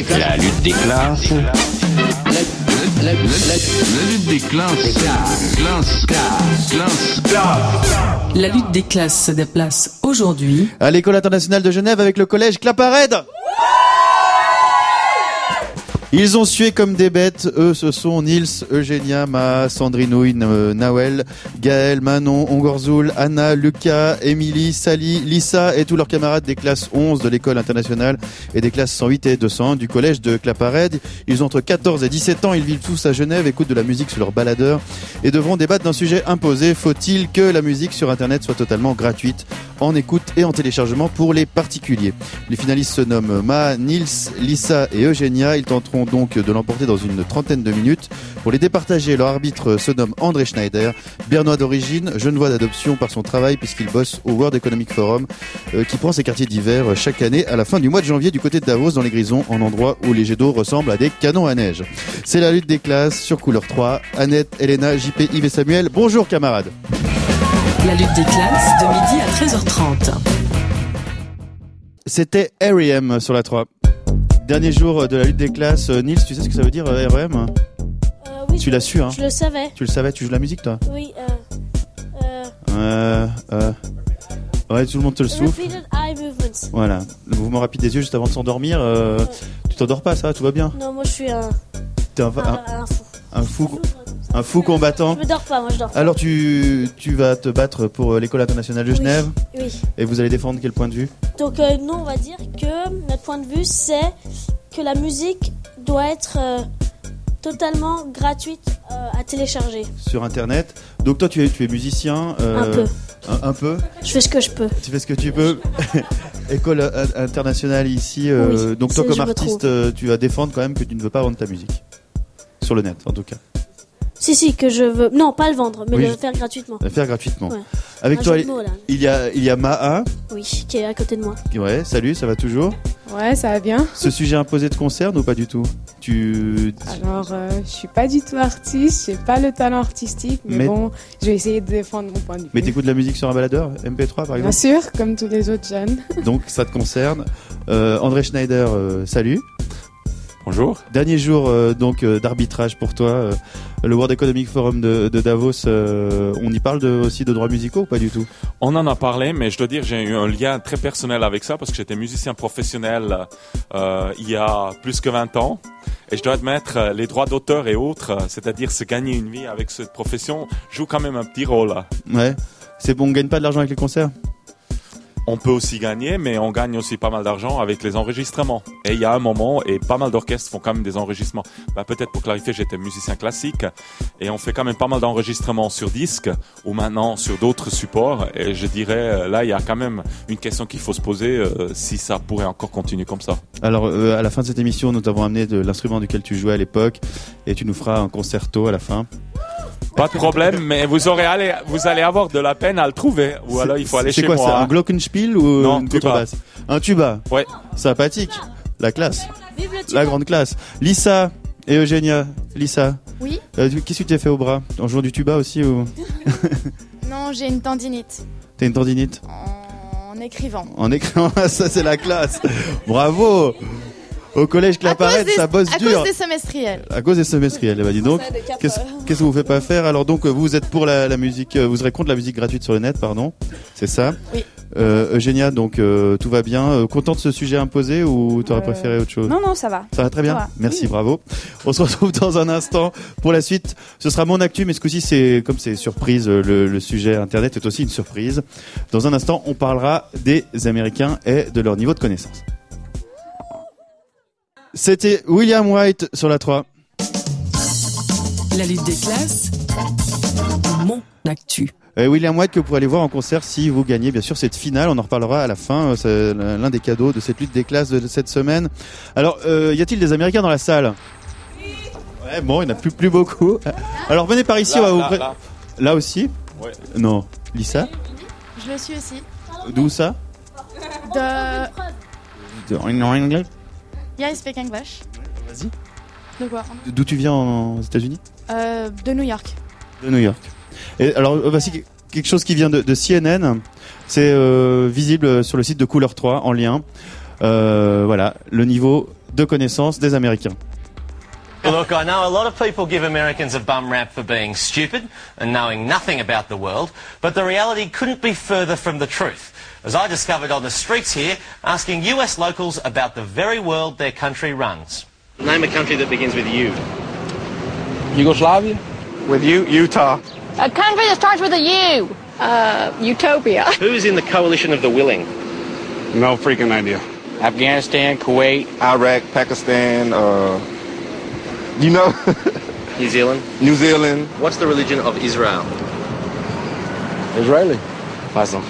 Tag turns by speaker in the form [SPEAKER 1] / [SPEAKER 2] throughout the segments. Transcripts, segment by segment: [SPEAKER 1] des classes. La, lutte des classes. Classe, classe,
[SPEAKER 2] La lutte des classes se déplace aujourd'hui.
[SPEAKER 3] À l'école internationale de Genève avec le collège Claparède. Ils ont sué comme des bêtes. Eux, ce sont Nils, Eugénia, Ma, Sandrinouine, euh, Nawel, Gaël, Manon, Ongorzoul, Anna, Lucas, Émilie, Sally, Lissa et tous leurs camarades des classes 11 de l'école internationale et des classes 108 et 200 du collège de Claparède. Ils ont entre 14 et 17 ans. Ils vivent tous à Genève, écoutent de la musique sur leur baladeur et devront débattre d'un sujet imposé. Faut-il que la musique sur Internet soit totalement gratuite en écoute et en téléchargement pour les particuliers Les finalistes se nomment Ma, Nils, Lissa et Eugénia. Ils tenteront donc de l'emporter dans une trentaine de minutes. Pour les départager, leur arbitre se nomme André Schneider, bernois d'origine, genevois d'adoption par son travail puisqu'il bosse au World Economic Forum euh, qui prend ses quartiers d'hiver euh, chaque année à la fin du mois de janvier du côté de Davos dans les Grisons, en endroit où les jets d'eau ressemblent à des canons à neige. C'est la lutte des classes sur couleur 3. Annette, Elena, JP, Yves et Samuel, bonjour camarades.
[SPEAKER 2] La lutte des classes de midi à 13h30.
[SPEAKER 3] C'était R.E.M. sur la 3. Dernier jour de la lutte des classes. Euh, Nils, tu sais ce que ça veut dire euh, REM
[SPEAKER 4] Euh, oui,
[SPEAKER 3] Tu l'as su, hein
[SPEAKER 4] Je le savais.
[SPEAKER 3] Tu le savais, tu joues de la musique toi
[SPEAKER 4] Oui. Euh, euh,
[SPEAKER 3] Euh. euh, Ouais, tout le monde te le souffle.
[SPEAKER 4] repeated eye movements.
[SPEAKER 3] Voilà. Le mouvement rapide des yeux juste avant de s'endormir. euh, Tu t'endors pas, ça va, Tout va bien
[SPEAKER 4] Non, moi je suis un,
[SPEAKER 3] T'es un,
[SPEAKER 4] un,
[SPEAKER 3] un,
[SPEAKER 4] un fou.
[SPEAKER 3] un fou, un fou combattant.
[SPEAKER 4] Je me dors pas, moi je dors. pas.
[SPEAKER 3] Alors, tu, tu vas te battre pour euh, l'école internationale de
[SPEAKER 4] Oui,
[SPEAKER 3] Genève
[SPEAKER 4] Oui.
[SPEAKER 3] et vous allez défendre quel point de vue
[SPEAKER 4] Donc euh, nous, on va dire que notre point de vue, c'est que la musique doit être euh, totalement gratuite euh, à télécharger.
[SPEAKER 3] sur Internet Donc, toi, tu es, tu es musicien. euh, Un, un peu
[SPEAKER 4] Je fais ce que je peux.
[SPEAKER 3] Tu fais ce que tu peux. École euh, internationale ici. euh,
[SPEAKER 4] Oui,
[SPEAKER 3] donc toi
[SPEAKER 4] c'est-
[SPEAKER 3] comme
[SPEAKER 4] je me
[SPEAKER 3] artiste,
[SPEAKER 4] trouve.
[SPEAKER 3] euh, tu vas défendre quand même que tu ne veux pas vendre ta musique. Sur le net en tout cas.
[SPEAKER 4] Si, si, que je veux... Non, pas le vendre, mais
[SPEAKER 3] Oui,
[SPEAKER 4] le
[SPEAKER 3] je-
[SPEAKER 4] faire gratuitement.
[SPEAKER 3] La faire gratuitement.
[SPEAKER 4] Ouais.
[SPEAKER 3] Avec
[SPEAKER 4] Un
[SPEAKER 3] toi,
[SPEAKER 4] jeu de mots, là.
[SPEAKER 3] il y a, il y a Maa.
[SPEAKER 4] Oui, qui est à côté de moi.
[SPEAKER 3] Ouais, salut, ça va toujours.
[SPEAKER 5] Ouais, ça va bien.
[SPEAKER 3] Ce sujet imposé te concerne ou pas du tout Tu...
[SPEAKER 5] Alors, euh, je suis pas du tout artiste, j'ai pas le talent artistique, mais,
[SPEAKER 3] Mais-
[SPEAKER 5] bon, je vais essayer de défendre mon point de vue.
[SPEAKER 3] Mais t'écoutes de la musique sur un baladeur MP3 par
[SPEAKER 5] bien
[SPEAKER 3] exemple
[SPEAKER 5] sûr, comme tous les autres jeunes.
[SPEAKER 3] Donc ça te concerne. Euh, André Schneider, euh, salut.
[SPEAKER 6] Bonjour.
[SPEAKER 3] Dernier jour euh, donc euh, d'arbitrage pour toi. euh, le World Economic Forum de, de Davos, euh, on y parle de- aussi de droits musicaux ou pas du tout
[SPEAKER 6] On en a parlé, mais je dois dire j'ai eu un lien très personnel avec ça parce que j'étais musicien professionnel euh, il y a plus que 20 ans. Et je dois admettre, euh, les droits d'auteur et autres, euh, c'est-à-dire se gagner une vie avec cette profession, joue quand même un petit rôle.
[SPEAKER 3] Ouais. C'est bon, on gagne pas de l'argent avec les concerts
[SPEAKER 6] On peut aussi gagner, mais on gagne aussi pas mal d'argent avec les enregistrements. Et il y a un moment, et pas mal d'orchestres font quand même des enregistrements. Bah, peut-être pour clarifier, j'étais musicien classique, et on fait quand même pas mal d'enregistrements sur disque, ou maintenant sur d'autres supports. Et je dirais, euh, là, il y a quand même une question qu'il faut se poser, euh, si ça pourrait encore continuer comme ça.
[SPEAKER 3] Alors, euh, à la fin de cette émission, nous t'avons amené de l'instrument duquel tu jouais à l'époque et tu nous feras un concerto à la fin.
[SPEAKER 6] Pas de problème, mais vous aurez allez, vous allez avoir de la peine à le trouver. Ou
[SPEAKER 3] C'est-
[SPEAKER 6] alors il faut aller
[SPEAKER 3] c'est
[SPEAKER 6] chez
[SPEAKER 3] quoi,
[SPEAKER 6] moi.
[SPEAKER 3] C'est un
[SPEAKER 6] hein.
[SPEAKER 3] glockenspiel ou
[SPEAKER 6] Non,
[SPEAKER 3] une
[SPEAKER 6] tuba.
[SPEAKER 3] contrebasse Un tuba
[SPEAKER 6] Ouais.
[SPEAKER 3] Sympathique. La classe.
[SPEAKER 4] Vive le
[SPEAKER 3] La grande classe. Lisa et Eugénia. Lisa.
[SPEAKER 7] Oui.
[SPEAKER 3] euh, tu- Qu'est-ce que tu t'es fait au bras En jouant du tuba aussi ou
[SPEAKER 7] Non, j'ai une tendinite
[SPEAKER 3] T'as une tendinite
[SPEAKER 7] en écrivant.
[SPEAKER 3] En écran, ça c'est la classe. Bravo Au collège Claparède,
[SPEAKER 7] des-
[SPEAKER 3] ça bosse
[SPEAKER 7] à
[SPEAKER 3] dur.
[SPEAKER 7] cause des semestriels.
[SPEAKER 3] À cause des semestriels, eh ben, dis
[SPEAKER 8] Ah,
[SPEAKER 3] donc. Qu'est-ce qu'est-ce que vous faites pas faire Alors donc euh, vous êtes pour la, la musique, euh, vous serez contre la musique gratuite sur le net, pardon. C'est ça.
[SPEAKER 7] Oui.
[SPEAKER 3] Euh, Eugénia, donc euh, tout va bien. Euh, content de ce sujet imposé ou t'aurais
[SPEAKER 5] Euh,
[SPEAKER 3] préféré autre chose
[SPEAKER 8] Non, non, ça va.
[SPEAKER 3] Ça va très bien.
[SPEAKER 8] ça va.
[SPEAKER 3] Merci,
[SPEAKER 8] Oui.
[SPEAKER 3] bravo. On se retrouve dans un instant pour la suite. Ce sera mon actu, mais ce coup-ci c'est comme c'est surprise, euh, le, le sujet internet est aussi une surprise. Dans un instant, on parlera des Américains et de leur niveau de connaissance. C'était William White sur la 3.
[SPEAKER 2] La lutte des classes, mon actu.
[SPEAKER 3] Euh, William White que vous pourrez aller voir en concert si vous gagnez bien sûr cette finale. On en reparlera à la fin. euh, C'est l'un des cadeaux de cette lutte des classes de cette semaine. Alors, euh, y a-t-il des Américains dans la salle Ouais, bon, il n'y en a plus, plus beaucoup. Alors venez par ici,
[SPEAKER 6] Là,
[SPEAKER 3] on va vous
[SPEAKER 6] là,
[SPEAKER 3] pré-
[SPEAKER 6] là.
[SPEAKER 3] Là aussi
[SPEAKER 6] Ouais.
[SPEAKER 3] Non. Lisa
[SPEAKER 7] Je le suis aussi.
[SPEAKER 3] D'où ça
[SPEAKER 7] De...
[SPEAKER 3] De- en anglais
[SPEAKER 7] Yeah, I speak English.
[SPEAKER 3] Vas-y.
[SPEAKER 7] De quoi
[SPEAKER 3] D'où tu viens en- aux États-Unis
[SPEAKER 7] euh, De New York.
[SPEAKER 3] De New York. Et alors, euh, voici que- quelque chose qui vient de, de CNN. C'est euh, visible sur le site de Couleur 3 en lien. Euh, voilà, le niveau de connaissance des Américains.
[SPEAKER 8] Well, look, I know a lot of people give Americans a bum rap for being stupid and knowing nothing about the world, but the reality couldn't be further from the truth. As I discovered on the streets here, asking US locals about the very world their country runs. Name a country that begins with U.
[SPEAKER 9] Yugoslavia?
[SPEAKER 10] With you, Utah.
[SPEAKER 11] A country that starts with a U. Uh, utopia.
[SPEAKER 8] Who's in the coalition of the willing?
[SPEAKER 9] No freaking idea. Afghanistan, Kuwait,
[SPEAKER 10] Iraq, Pakistan, uh, you know,
[SPEAKER 8] New Zealand.
[SPEAKER 10] New Zealand.
[SPEAKER 8] What's the religion of Israel?
[SPEAKER 9] Israeli, Muslim,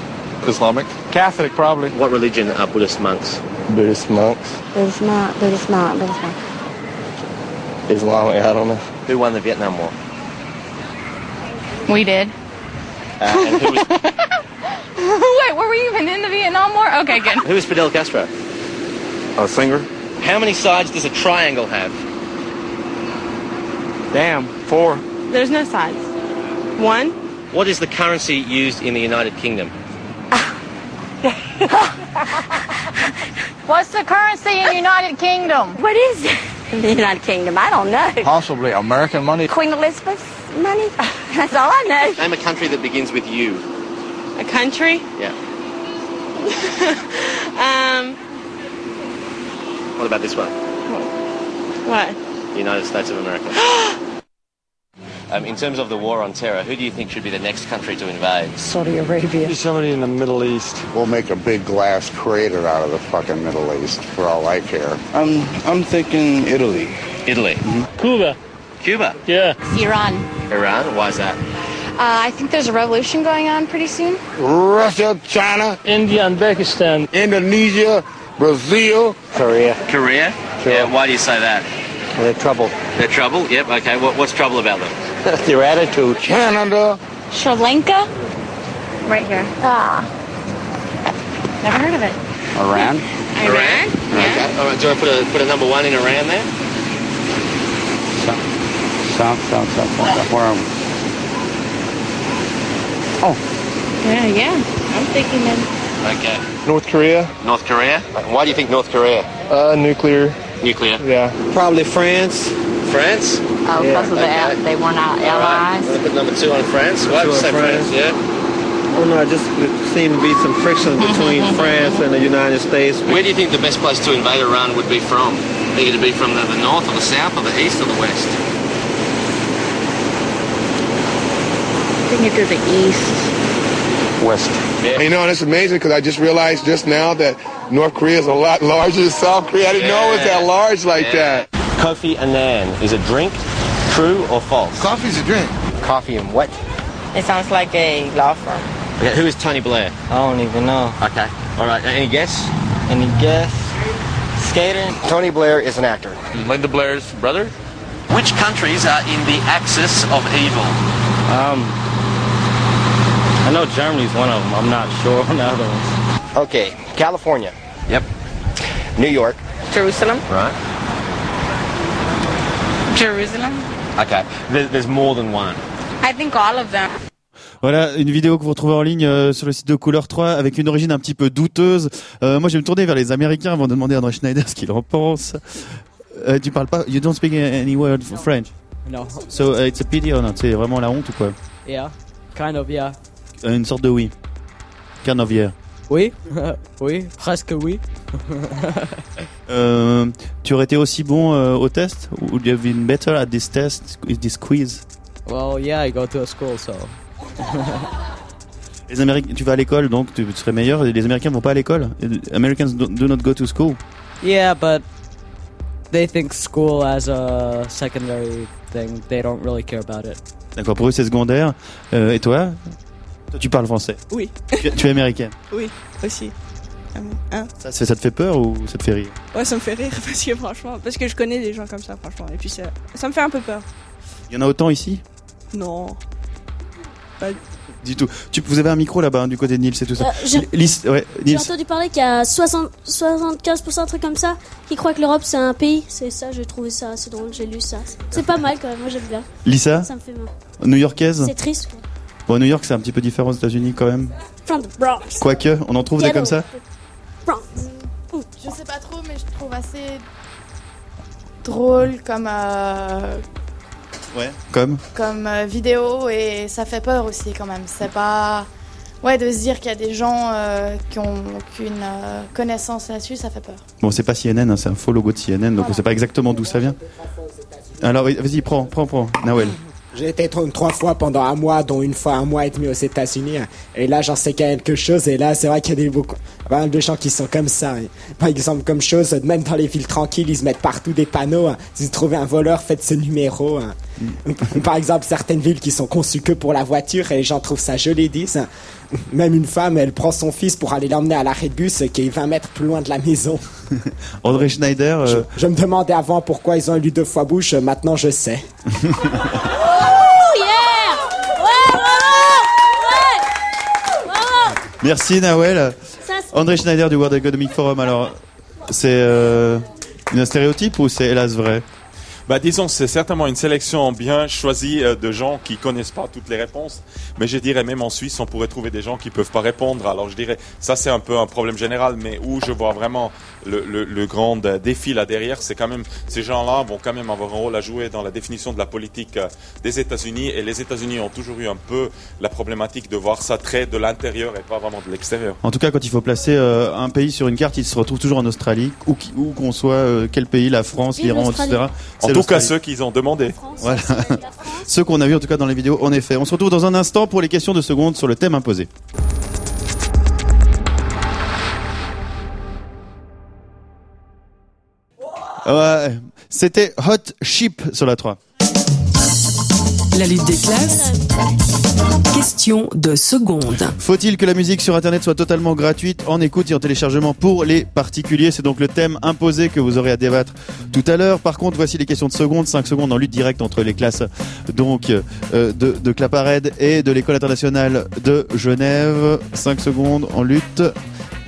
[SPEAKER 10] Islamic.
[SPEAKER 9] Catholic probably.
[SPEAKER 8] What religion are Buddhist monks?
[SPEAKER 9] Buddhist monks,
[SPEAKER 11] There's not, there's not, there's not.
[SPEAKER 9] Islamic, I don't know.
[SPEAKER 8] Who won the Vietnam War?
[SPEAKER 7] We did.
[SPEAKER 8] Uh, and who was,
[SPEAKER 7] Wait, were we even in the Vietnam War? Okay, good.
[SPEAKER 8] who was Fidel Castro?
[SPEAKER 10] A singer.
[SPEAKER 8] How many sides does a triangle have?
[SPEAKER 9] Damn, four.
[SPEAKER 11] There's no sides. One?
[SPEAKER 8] What is the currency used in the United Kingdom?
[SPEAKER 11] What's the currency in United Kingdom? What is it? The United Kingdom, I don't know.
[SPEAKER 9] Possibly American money.
[SPEAKER 11] Queen Elizabeth's money? That's all I know.
[SPEAKER 8] Name a country that begins with U.
[SPEAKER 11] A country?
[SPEAKER 8] Yeah.
[SPEAKER 11] Um,
[SPEAKER 8] What about this one?
[SPEAKER 11] what?
[SPEAKER 8] The United States of America. um, in terms of the war on terror, who do you think should be the next country to invade?
[SPEAKER 11] Saudi Arabia.
[SPEAKER 9] Somebody in the Middle East.
[SPEAKER 10] We'll make a big glass crater out of the fucking Middle East for all I care.
[SPEAKER 9] I'm, I'm thinking Italy.
[SPEAKER 8] Italy. Cuba. Cuba.
[SPEAKER 11] Iran.
[SPEAKER 8] Iran. Why is that?
[SPEAKER 7] Uh, I think there's a revolution going on pretty soon.
[SPEAKER 10] Russia, China,
[SPEAKER 12] India and Pakistan.
[SPEAKER 10] Indonesia, Brazil.
[SPEAKER 9] Korea.
[SPEAKER 8] Korea. Yeah. Why do you say that?
[SPEAKER 9] They're trouble.
[SPEAKER 8] They're trouble. Yep. Okay. What, what's trouble about them?
[SPEAKER 9] That's their attitude.
[SPEAKER 10] Canada.
[SPEAKER 11] Sri Lanka. Right here. Ah. Never heard of it.
[SPEAKER 9] Iran.
[SPEAKER 8] Iran. Okay. All right. Do you want to put a put a number one in Iran there?
[SPEAKER 9] South, south, south. Where- Where are we? Oh.
[SPEAKER 11] Yeah, yeah. I'm thinking of
[SPEAKER 8] Okay.
[SPEAKER 9] North Korea.
[SPEAKER 8] North Korea. Why do you think North Korea?
[SPEAKER 9] Uh, nuclear.
[SPEAKER 8] Nuclear.
[SPEAKER 9] Yeah. Probably France.
[SPEAKER 8] France.
[SPEAKER 11] Oh, because of the
[SPEAKER 8] okay.
[SPEAKER 11] al- they weren't our allies.
[SPEAKER 8] Put number two on France. Why
[SPEAKER 9] Two on
[SPEAKER 8] say France?
[SPEAKER 9] France.
[SPEAKER 8] Yeah.
[SPEAKER 9] Oh no, just seemed to be some friction between France and the United States.
[SPEAKER 8] Where do you think the best place to invade Iran would be from? Think it'd be from the, the north or the south or the east or the west?
[SPEAKER 11] Thinking through the east.
[SPEAKER 9] West.
[SPEAKER 10] You know, and it's amazing because I just realized just now that North Korea is a lot larger than South Korea. I didn't know it was that large like that.
[SPEAKER 8] Kofi Annan is a drink. True or false?
[SPEAKER 10] Coffee's a drink.
[SPEAKER 8] Coffee and what?
[SPEAKER 11] It sounds like a law firm.
[SPEAKER 8] Okay, who is Tony Blair?
[SPEAKER 9] I don't even know.
[SPEAKER 8] Okay. All right. Any guess?
[SPEAKER 9] Any guess?
[SPEAKER 8] Skater. Tony Blair is an actor. Linda Blair's brother. Which countries are in the axis of evil?
[SPEAKER 9] I know Germany's one of them. I'm not sure on the other ones.
[SPEAKER 8] Okay, California. Yep. New York.
[SPEAKER 11] Jerusalem.
[SPEAKER 8] Right.
[SPEAKER 11] Jerusalem.
[SPEAKER 8] Okay. There, there's more than one.
[SPEAKER 11] I think all of them.
[SPEAKER 3] Voilà, une vidéo que vous retrouvez en ligne euh, sur le site de Couleur 3 avec une origine un petit peu douteuse. Euh, moi, je vais me tourner vers les Américains avant de demander à André Schneider ce qu'il en pense. Euh, tu parles pas, you don't speak any word for French.
[SPEAKER 12] No.
[SPEAKER 3] So uh, it's a pity or not? C'est vraiment la honte ou quoi
[SPEAKER 12] Yeah. Kind of, yeah.
[SPEAKER 3] Euh, Une sorte de oui. Kind of yeah.
[SPEAKER 12] Oui. oui. Presque oui.
[SPEAKER 3] Euh, tu aurais été aussi bon euh, au test? Would you have been better at this test, this quiz?
[SPEAKER 12] Well, yeah, I go to a school, so.
[SPEAKER 3] Les Américains, tu vas à l'école donc tu, tu serais meilleur. Les Américains vont pas à l'école. Americans do, do not go to school.
[SPEAKER 12] Yeah, but they think school as a secondary thing. They don't really care about it.
[SPEAKER 3] D'accord, pour eux c'est secondaire. Euh, et toi Toi, tu parles français
[SPEAKER 12] Oui.
[SPEAKER 3] Tu, tu es américaine
[SPEAKER 12] Aussi.
[SPEAKER 3] ça, te fait- ça te fait peur ou ça te fait rire
[SPEAKER 12] Ouais, ça me fait rire parce que franchement, parce que je connais des gens comme ça, franchement. Et puis ça, ça me fait un peu peur.
[SPEAKER 3] Il y en a autant ici
[SPEAKER 12] Non.
[SPEAKER 3] Du tout. Tu, vous avez un micro là-bas hein, du côté de Nils et tout ça.
[SPEAKER 4] Euh, j'ai-
[SPEAKER 3] Lys- ouais,
[SPEAKER 4] J'ai
[SPEAKER 3] Nils.
[SPEAKER 4] entendu parler qu'il y a 60, 75% un truc comme ça qui croient que l'Europe c'est un pays. C'est ça, j'ai trouvé ça assez drôle, j'ai lu ça. C'est pas mal quand même, moi j'aime bien.
[SPEAKER 3] Lisa,
[SPEAKER 4] Ça me fait mal.
[SPEAKER 3] new-yorkaise
[SPEAKER 4] C'est triste quoi.
[SPEAKER 3] Bon, New York c'est un petit peu différent aux États-Unis quand même.
[SPEAKER 4] Plein de Bronx.
[SPEAKER 3] Quoique, on en trouve des comme ça
[SPEAKER 4] Bronx.
[SPEAKER 7] Je sais pas trop, mais je trouve assez
[SPEAKER 5] drôle comme, euh,
[SPEAKER 3] Ouais. Comme
[SPEAKER 5] comme euh, vidéo et ça fait peur aussi quand même. C'est pas. Ouais, de se dire qu'il y a des gens euh, qui ont aucune euh, connaissance là-dessus, ça fait peur.
[SPEAKER 3] Bon, c'est pas CNN, hein, c'est un faux logo de CNN, donc on sait pas exactement d'où ça vient. Alors, oui, vas-y, prends, prends, prends, Nawel.
[SPEAKER 13] J'ai été tr- trois fois pendant un mois, dont une fois un mois et demi aux États-Unis. Et là, j'en sais quelque chose. Et là, c'est vrai qu'il y a des beaucoup, pas mal de gens qui sont comme ça. hein. Et Par exemple, comme chose, même dans les villes tranquilles, ils se mettent partout des panneaux. hein. Si vous trouvez un voleur, faites ce numéro. hein. Par exemple, certaines villes qui sont conçues que pour la voiture, et les gens trouvent ça joli, disent. Même une femme, elle prend son fils pour aller l'emmener à l'arrêt de bus euh, qui est 20 mètres plus loin de la maison.
[SPEAKER 3] André Schneider, euh,
[SPEAKER 13] Je me demandais avant pourquoi ils ont élu deux fois Bush, euh, maintenant je sais.
[SPEAKER 4] Oh yeah Ouais, bravo Ouais Bravo
[SPEAKER 3] merci Nawel.
[SPEAKER 4] Ça, c'est-
[SPEAKER 3] André Schneider du World Economic Forum, alors, c'est euh, un stéréotype ou c'est hélas vrai
[SPEAKER 6] Bah, disons, c'est certainement une sélection bien choisie euh, de gens qui connaissent pas toutes les réponses. Mais je dirais même en Suisse, on pourrait trouver des gens qui peuvent pas répondre. Alors je dirais, ça c'est un peu un problème général, mais où je vois vraiment le, le- le grand euh, défi là derrière, c'est quand même ces gens-là vont quand même avoir un rôle à jouer dans la définition de la politique euh, des États-Unis. Et les États-Unis ont toujours eu un peu la problématique de voir ça très de l'intérieur et pas vraiment de l'extérieur.
[SPEAKER 3] En tout cas, quand il faut placer euh, un pays sur une carte, il se retrouve toujours en Australie, où, qui- où qu'on soit, euh, quel pays, la France,
[SPEAKER 6] Et
[SPEAKER 3] l'Iran,
[SPEAKER 6] l'Australie.
[SPEAKER 3] etc.
[SPEAKER 6] En
[SPEAKER 3] C'est
[SPEAKER 6] tout cas,
[SPEAKER 3] l'Australie.
[SPEAKER 6] ceux qu'ils ont demandé.
[SPEAKER 3] Voilà. Ceux qu'on a vu en tout cas dans les vidéos, en effet. On se retrouve dans un instant pour les questions de seconde sur le thème imposé. Ouais, c'était Hot Chip sur la 3.
[SPEAKER 2] La lutte des classes. Question de seconde.
[SPEAKER 3] Faut-il que la musique sur Internet soit totalement gratuite en écoute et en téléchargement pour les particuliers C'est donc le thème imposé que vous aurez à débattre tout à l'heure. Par contre, voici les questions de secondes. 5 secondes en lutte directe entre les classes donc euh, de, de Claparède et de l'École internationale de Genève. 5 secondes en lutte.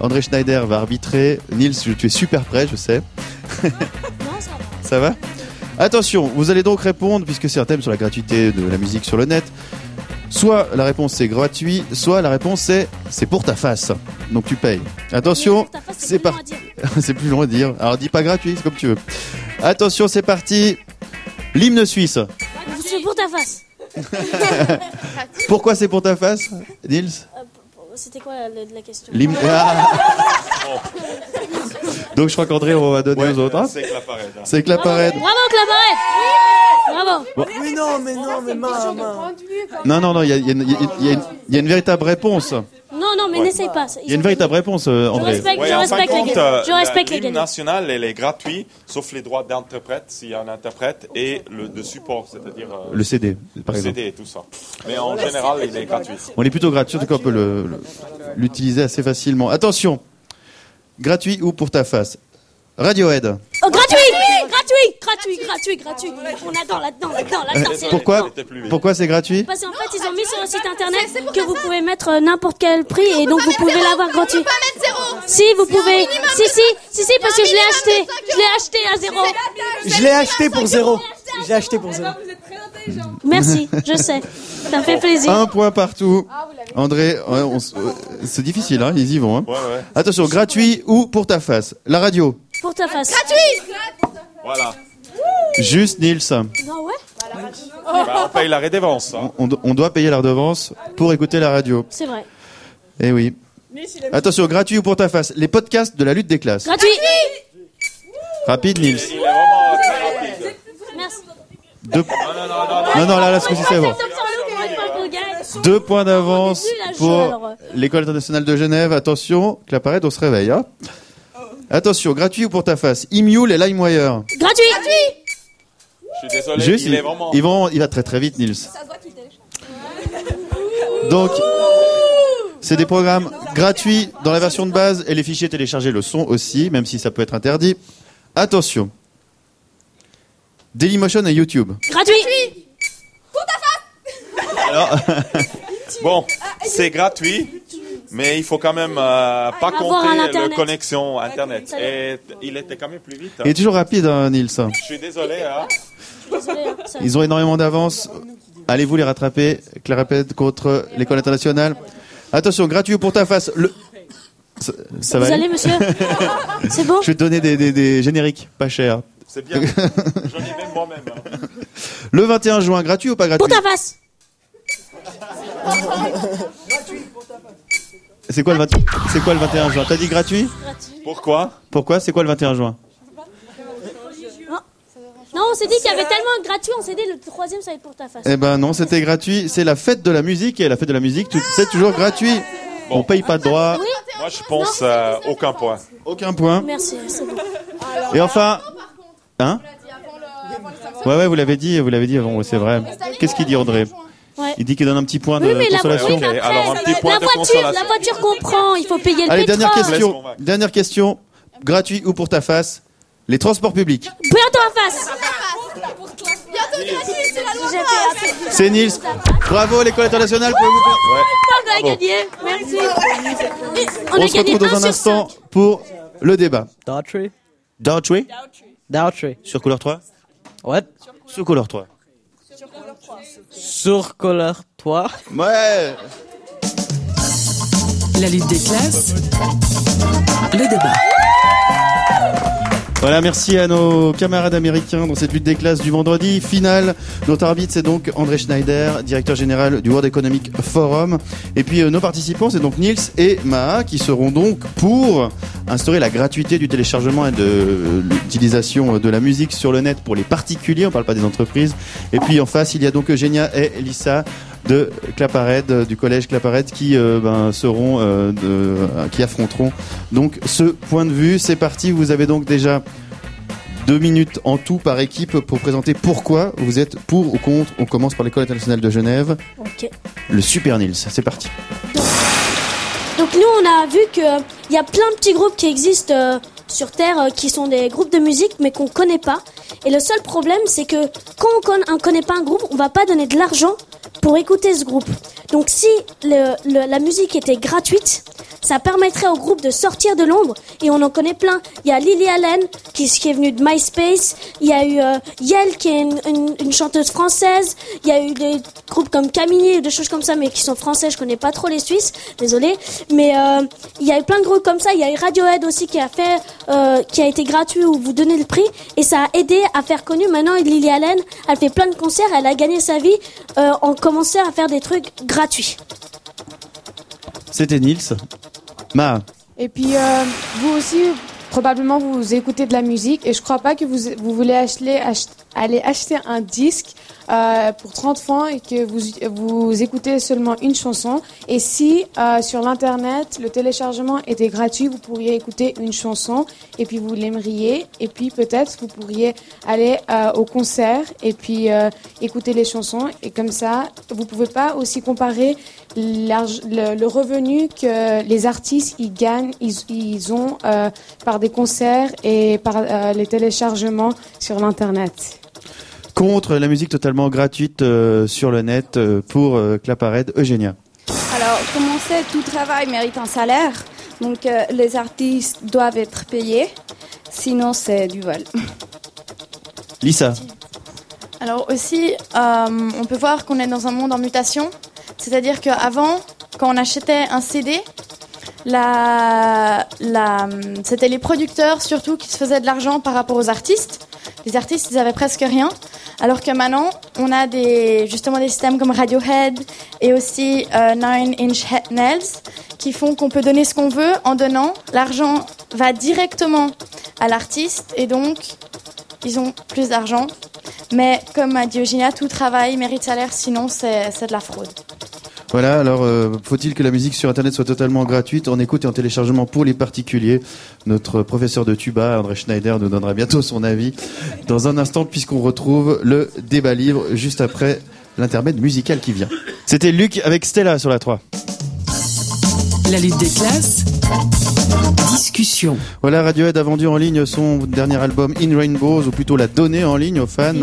[SPEAKER 3] André Schneider va arbitrer. Nils, tu es super prêt, je sais. Ça va Attention, vous allez donc répondre, puisque c'est un thème sur la gratuité de la musique sur le net. Soit la réponse c'est gratuit, soit la réponse c'est c'est pour ta face. Donc tu payes. Attention, c'est par...
[SPEAKER 4] Ah,
[SPEAKER 3] c'est plus long à dire. Alors dis pas gratuit, c'est comme tu veux. Attention, c'est parti. L'hymne suisse.
[SPEAKER 4] C'est pour ta face.
[SPEAKER 3] Pourquoi c'est pour ta face, Nils
[SPEAKER 4] Oh, C'était quoi la, la question
[SPEAKER 3] L'hymne- Ah. Donc je crois qu'André on va donner aux autres. hein.
[SPEAKER 6] c'est Claparède, hein.
[SPEAKER 3] C'est Claparède.
[SPEAKER 4] Bravo, Claparède Bravo
[SPEAKER 3] Bon.
[SPEAKER 11] Mais non, mais non, mais maman.
[SPEAKER 3] Non non non, il y a- il y, a une- il y a une- il y a une- il y a une véritable réponse.
[SPEAKER 4] Non, non, mais
[SPEAKER 6] Ouais.
[SPEAKER 4] n'essaye pas.
[SPEAKER 3] Il y a une véritable réponse, euh, André.
[SPEAKER 4] respecte-
[SPEAKER 6] Ouais,
[SPEAKER 4] je
[SPEAKER 6] en fin de
[SPEAKER 4] respecte les
[SPEAKER 6] compte,
[SPEAKER 4] gars.
[SPEAKER 6] euh,
[SPEAKER 4] Je respecte
[SPEAKER 6] la-
[SPEAKER 4] les gars.
[SPEAKER 6] l'hymne national, elle est gratuite, sauf les droits d'interprète, s'il y a un interprète, et le de support, c'est-à-dire euh,
[SPEAKER 3] Le CD, par
[SPEAKER 6] le
[SPEAKER 3] exemple.
[SPEAKER 6] CD et tout ça. Mais en général, il est gratuit.
[SPEAKER 3] On est plutôt gratuit, en tout cas on peut le- le- l'utiliser assez facilement. Attention, gratuit ou pour ta face. Radiohead.
[SPEAKER 4] Oh, gratuit Gratuit Gratuit Gratuit Gratuit On adore là-dedans, là-dedans, là-dedans.
[SPEAKER 3] Euh,
[SPEAKER 4] c'est-
[SPEAKER 3] pourquoi Pourquoi c'est gratuit
[SPEAKER 4] Parce qu'en fait, ils ont mis sur un site internet que vous pouvez mettre euh, n'importe quel prix et donc vous pouvez l'avoir gratuit. Si, vous pouvez. Si, si, si, si, parce que je l'ai acheté. Je l'ai acheté à zéro.
[SPEAKER 14] Je l'ai acheté pour zéro. J'ai acheté pour zéro.
[SPEAKER 4] Merci, je sais. Ça me fait plaisir.
[SPEAKER 3] Un point partout. André, ouais, on s- euh, c'est difficile, hein, ils y vont. hein. Attention, gratuit ou pour ta face. La radio.
[SPEAKER 4] Pour ta face. Gratuit
[SPEAKER 6] Voilà.
[SPEAKER 3] Juste Nils.
[SPEAKER 4] Non, Ah ouais
[SPEAKER 6] Bah, on paye la rédévance. hein.
[SPEAKER 3] On, do- on doit payer la redevance pour écouter la radio.
[SPEAKER 4] C'est vrai.
[SPEAKER 3] Eh oui. Attention, gratuit ou pour ta face. Les podcasts de la lutte des classes.
[SPEAKER 4] Gratuit
[SPEAKER 3] Rapide Nils.
[SPEAKER 4] Merci.
[SPEAKER 3] Deux... Ah, Non, non, là, là, ce que c'est bon. Deux points d'avance pour l'école internationale de Genève. Attention, Claparède, on se réveille. hein. Attention, gratuit ou pour ta face. Imule et LimeWire.
[SPEAKER 4] Gratuit
[SPEAKER 6] Je suis désolé,
[SPEAKER 3] Juste,
[SPEAKER 6] il est vraiment.
[SPEAKER 3] il va, il va très très vite, Nils. Donc, c'est des programmes gratuits dans la version de base et les fichiers téléchargés le sont aussi, même si ça peut être interdit. Attention. Dailymotion et YouTube.
[SPEAKER 4] Gratuit
[SPEAKER 6] Alors, bon, c'est gratuit, mais il faut quand même euh, pas
[SPEAKER 4] Avoir
[SPEAKER 6] compter
[SPEAKER 4] un
[SPEAKER 6] la
[SPEAKER 4] Internet.
[SPEAKER 6] connexion Internet. Et il était quand même plus vite. hein.
[SPEAKER 3] Il est toujours rapide, hein, Nils.
[SPEAKER 6] Je suis désolé. hein.
[SPEAKER 4] hein,
[SPEAKER 3] Ils ont énormément d'avance. Allez-vous les rattraper Clarapède contre l'école internationale. Attention, gratuit ou pour ta face. Le... Ça, ça va
[SPEAKER 4] Vous
[SPEAKER 3] aller
[SPEAKER 4] allez, monsieur C'est bon
[SPEAKER 3] Je vais te donner des, des- des génériques pas chers.
[SPEAKER 6] C'est bien. J'en ai même moi-même. hein.
[SPEAKER 3] Le 21 juin, gratuit ou pas gratuit
[SPEAKER 4] Pour ta face
[SPEAKER 3] C'est quoi, le 20 c'est quoi le 21 juin T'as dit gratuit
[SPEAKER 6] Pourquoi
[SPEAKER 3] Pourquoi C'est quoi le 21 juin
[SPEAKER 4] Non, on s'est dit qu'il y avait tellement de gratuits, on s'est dit le troisième ça va être pour ta face.
[SPEAKER 3] Eh ben non, c'était gratuit. C'est la fête de la musique et la fête de la musique, tout- c'est toujours gratuit. On paye pas de droit.
[SPEAKER 6] Moi, je pense euh, aucun point.
[SPEAKER 3] Aucun point.
[SPEAKER 4] Merci, c'est bon.
[SPEAKER 3] Ah, Et enfin, hein Ouais, ouais, vous l'avez dit, vous l'avez dit avant, ouais, c'est vrai. Qu'est-ce qu'il dit André
[SPEAKER 4] Ouais.
[SPEAKER 3] Il dit qu'il donne un petit point de
[SPEAKER 4] Oui, mais la,
[SPEAKER 3] consolation.
[SPEAKER 4] oui, mais après, la voiture, la voiture comprend, il faut payer le
[SPEAKER 3] Allez,
[SPEAKER 4] pétrole.
[SPEAKER 3] dernière question. Dernière question. Gratuit ou pour ta face Les transports publics.
[SPEAKER 4] Bien ta face
[SPEAKER 11] Bientôt gratuit, c'est la loi
[SPEAKER 4] J'ai
[SPEAKER 11] Prince.
[SPEAKER 4] fait la-
[SPEAKER 3] C'est Nils. Bravo l'école internationale. Pouvez-vous faire-
[SPEAKER 4] On a
[SPEAKER 3] Bravo.
[SPEAKER 4] gagné, merci. Et
[SPEAKER 3] On,
[SPEAKER 4] a
[SPEAKER 3] se
[SPEAKER 4] gagné
[SPEAKER 3] retrouve dans un
[SPEAKER 4] sur
[SPEAKER 3] instant
[SPEAKER 4] cinq.
[SPEAKER 3] pour le débat.
[SPEAKER 12] Daughtry.
[SPEAKER 3] Daughtry
[SPEAKER 12] Daughtry.
[SPEAKER 3] Sur couleur 3
[SPEAKER 12] What
[SPEAKER 3] Sur couleur 3.
[SPEAKER 12] Sur couleur 3.
[SPEAKER 3] Ouais.
[SPEAKER 2] La lutte des classes. Le débat.
[SPEAKER 3] Voilà, merci à nos camarades américains dans cette lutte des classes du vendredi. Finale, notre arbitre, c'est donc André Schneider, directeur général du World Economic Forum. Et puis euh, nos participants, c'est donc Niels et Maha, qui seront donc pour instaurer la gratuité du téléchargement et de euh, l'utilisation de la musique sur le net pour les particuliers, on parle pas des entreprises. Et puis en face, il y a donc Eugenia et Lisa de Claparède, euh, du collège Claparède, qui euh, ben, seront, euh, de- euh, qui affronteront donc ce point de vue. C'est parti. Vous avez donc déjà deux minutes en tout par équipe pour présenter pourquoi vous êtes pour ou contre. On commence par l'école internationale de Genève.
[SPEAKER 4] Ok.
[SPEAKER 3] Le Super Nils, c'est parti.
[SPEAKER 4] Donc nous, on a vu qu'il y a plein de petits groupes qui existent euh, sur Terre, euh, qui sont des groupes de musique, mais qu'on connaît pas. Et le seul problème, c'est que quand on conna- on connaît pas un groupe, on va pas donner de l'argent pour écouter ce groupe. Donc si le- le- la musique était gratuite, ça permettrait au groupe de sortir de l'ombre. Et on en connaît plein. Il y a Lily Allen, qui, qui est venue de MySpace. Il y a eu euh, Yael, qui est une, une- une chanteuse française. Il y a eu des groupes comme Camini ou des choses comme ça, mais qui sont français. Je connais pas trop les Suisses, désolé. Mais euh, il y a eu plein de groupes comme ça. Il y a eu Radiohead aussi qui a fait, euh, qui a été gratuit où vous donnez le prix et ça a aidé à faire connu. Maintenant, Lily Allen, elle fait plein de concerts. Elle a gagné sa vie euh, en commençant à faire des trucs gratuits.
[SPEAKER 3] C'était Nils. Ma,
[SPEAKER 15] Et puis, euh, vous aussi, probablement, vous écoutez de la musique et je crois pas que vous, vous voulez acheter, ach- aller acheter un disque euh, pour 30 francs et que vous, vous écoutez seulement une chanson. Et si euh, sur l'Internet, le téléchargement était gratuit, vous pourriez écouter une chanson et puis vous l'aimeriez. Et puis, peut-être, vous pourriez aller euh, au concert et puis euh, écouter les chansons. Et comme ça, vous pouvez pas aussi comparer l'arg- le, le revenu que les artistes ils gagnent, ils, ils ont euh, par des concerts et par euh, les téléchargements sur l'internet.
[SPEAKER 3] contre la musique totalement gratuite euh, sur le net euh, pour euh, Claparède, Eugenia.
[SPEAKER 16] Alors, comme on sait, tout travail mérite un salaire. Donc, euh, les artistes doivent être payés. Sinon, c'est du vol.
[SPEAKER 3] Lisa,
[SPEAKER 5] Alors aussi, euh, on peut voir qu'on est dans un monde en mutation. C'est-à-dire qu'avant, quand on achetait un CD, la, la, hum, c'était les producteurs surtout qui se faisaient de l'argent par rapport aux artistes. Les artistes, ils avaient presque rien. Alors que maintenant, on a des, justement des systèmes comme Radiohead et aussi euh, Nine Inch He- Nails qui font qu'on peut donner ce qu'on veut en donnant. L'argent va directement à l'artiste et donc ils ont plus d'argent. Mais comme a dit Eugenia, tout travail mérite salaire, sinon c'est c'est de la fraude.
[SPEAKER 3] Voilà, alors euh, faut-il que la musique sur Internet soit totalement gratuite en écoute et en téléchargement pour les particuliers Notre professeur de tuba, André Schneider, nous donnera bientôt son avis dans un instant puisqu'on retrouve le débat libre juste après l'intermède musical qui vient. C'était Luc avec Stella sur la 3.
[SPEAKER 2] La lutte des classes. Discussion.
[SPEAKER 3] Voilà, Radiohead a vendu en ligne son dernier album In Rainbows, ou plutôt l'a donné en ligne aux fans.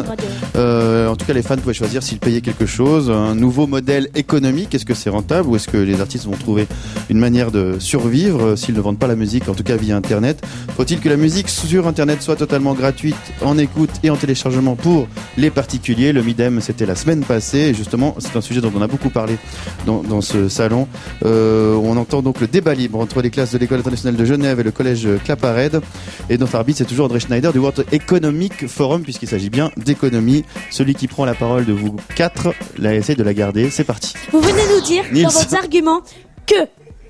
[SPEAKER 3] Euh, en tout cas, les fans pouvaient choisir s'ils payaient quelque chose, un nouveau modèle économique. Est-ce que c'est rentable ou est-ce que les artistes vont trouver une manière de survivre euh, s'ils ne vendent pas la musique, en tout cas via Internet Faut-il que la musique sur Internet soit totalement gratuite en écoute et en téléchargement pour les particuliers Le Midem, c'était la semaine passée. Et justement, c'est un sujet dont on a beaucoup parlé dans, dans ce salon. Euh, on entend donc le débat libre entre les classes de l'école internationale internationale de Genève et le collège Claparède. Et notre arbitre, c'est toujours André Schneider du World Economic Forum, puisqu'il s'agit bien d'économie. Celui qui prend la parole de vous quatre, là, essaye de la garder. C'est parti.
[SPEAKER 4] Vous venez nous dire
[SPEAKER 3] Nils.
[SPEAKER 4] dans vos arguments que